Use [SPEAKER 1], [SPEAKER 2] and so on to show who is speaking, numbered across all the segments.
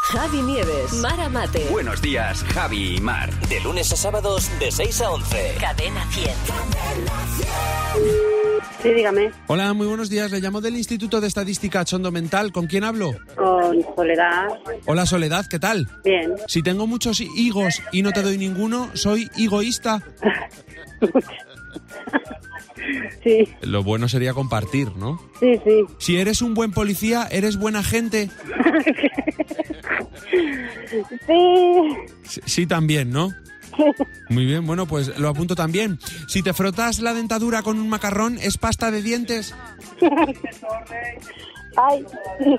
[SPEAKER 1] Javi Nieves, Mara Mate,
[SPEAKER 2] Buenos días, Javi y Mar.
[SPEAKER 3] De lunes a sábados de 6 a 11.
[SPEAKER 1] Cadena 100.
[SPEAKER 4] Sí, dígame,
[SPEAKER 5] Hola, muy buenos días. Le llamo del Instituto de Estadística Chondo Mental. ¿Con quién hablo?
[SPEAKER 4] con soledad,
[SPEAKER 5] Hola, Soledad, ¿qué tal?
[SPEAKER 4] bien,
[SPEAKER 5] Si tengo muchos higos y no te doy ninguno, soy egoísta.
[SPEAKER 4] sí,
[SPEAKER 5] Lo bueno sería compartir, ¿no?
[SPEAKER 4] sí, sí,
[SPEAKER 5] Si eres un buen policía, eres buena gente.
[SPEAKER 4] sí,
[SPEAKER 5] Sí, sí, también, ¿no? Muy bien, bueno, pues lo apunto también. Si te frotas la dentadura con un macarrón, es pasta de dientes.
[SPEAKER 4] ay, sí,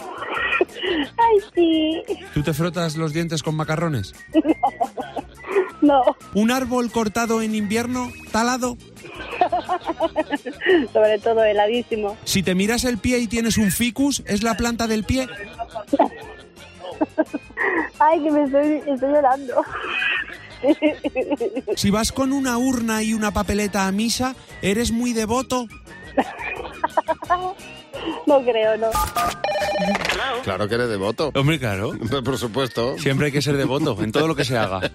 [SPEAKER 4] ay, sí,
[SPEAKER 5] ¿Tú te frotas los dientes con macarrones?
[SPEAKER 4] no,
[SPEAKER 5] ¿Un árbol cortado en invierno, talado?
[SPEAKER 4] sobre todo heladísimo,
[SPEAKER 5] Si te miras el pie y tienes un ficus, es la planta del pie.
[SPEAKER 4] ay, que me estoy, estoy llorando,
[SPEAKER 5] Si vas con una urna y una papeleta a misa, eres muy devoto.
[SPEAKER 4] no creo, no,
[SPEAKER 6] Claro que eres devoto.
[SPEAKER 5] Hombre, claro.
[SPEAKER 6] Por supuesto.
[SPEAKER 5] Siempre hay que ser devoto en todo lo que se haga.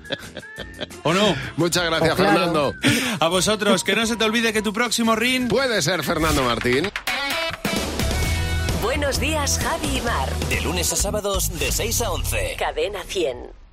[SPEAKER 5] ¿O no?
[SPEAKER 6] Muchas gracias, Fernando.
[SPEAKER 5] A vosotros, que no se te olvide que tu próximo ring...
[SPEAKER 6] Puede ser Fernando Martín.
[SPEAKER 1] Buenos días, Javi y Mar.
[SPEAKER 3] De lunes a sábados de 6 a 11.
[SPEAKER 1] Cadena 100.